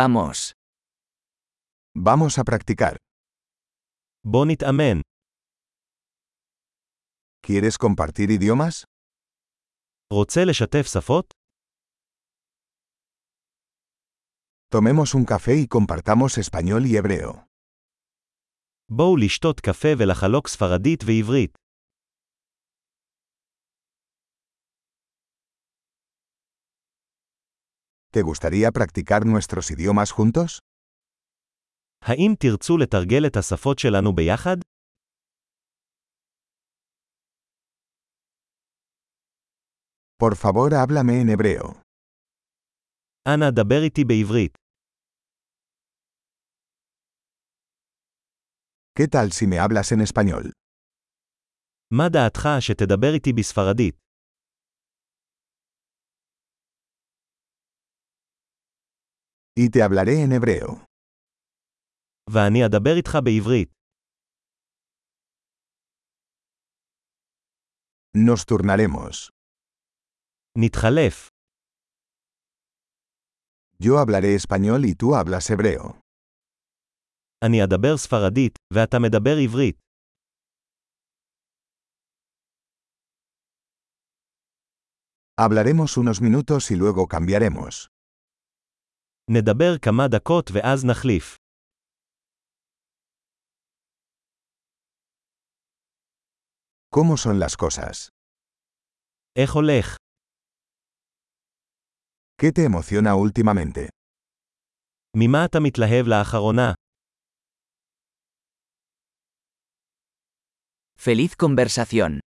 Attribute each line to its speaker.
Speaker 1: Vamos.
Speaker 2: Vamos a practicar.
Speaker 3: בוא נתאמן.
Speaker 2: ¿Quieres compartir idiomas?
Speaker 3: רוצה לשתף שפות?
Speaker 2: Tomemos un café y compartamos español y hebreo.
Speaker 3: בואו לשתות קפה ולחלוק ספרדית ועברית.
Speaker 2: ¿Te gustaría practicar nuestros idiomas juntos?
Speaker 3: האם תרצו לתרגל את השפות שלנו ביחד?
Speaker 2: Por favor, háblame en hebreo.
Speaker 3: אנא דבר איתי בעברית.
Speaker 2: ¿Qué tal si me hablas en español?
Speaker 3: מה דעתך שתדבר איתי בספרדית?
Speaker 2: Y te hablaré en hebreo.
Speaker 3: ואני אדבר איתך בעברית.
Speaker 2: Nos turnaremos.
Speaker 3: נתחלף.
Speaker 2: Yo hablaré español y tú hablas hebreo.
Speaker 3: אני אדבר ספרדית, ואתה מדבר עברית.
Speaker 2: Hablaremos unos minutos y luego cambiaremos.
Speaker 3: נדבר כמה דקות ואז נחליף.
Speaker 2: ¿Cómo son las cosas?
Speaker 3: איך הולך?
Speaker 2: ¿Qué te emociona últimamente?
Speaker 3: ממה אתה מתלהב לאחרונה?
Speaker 1: Feliz conversación.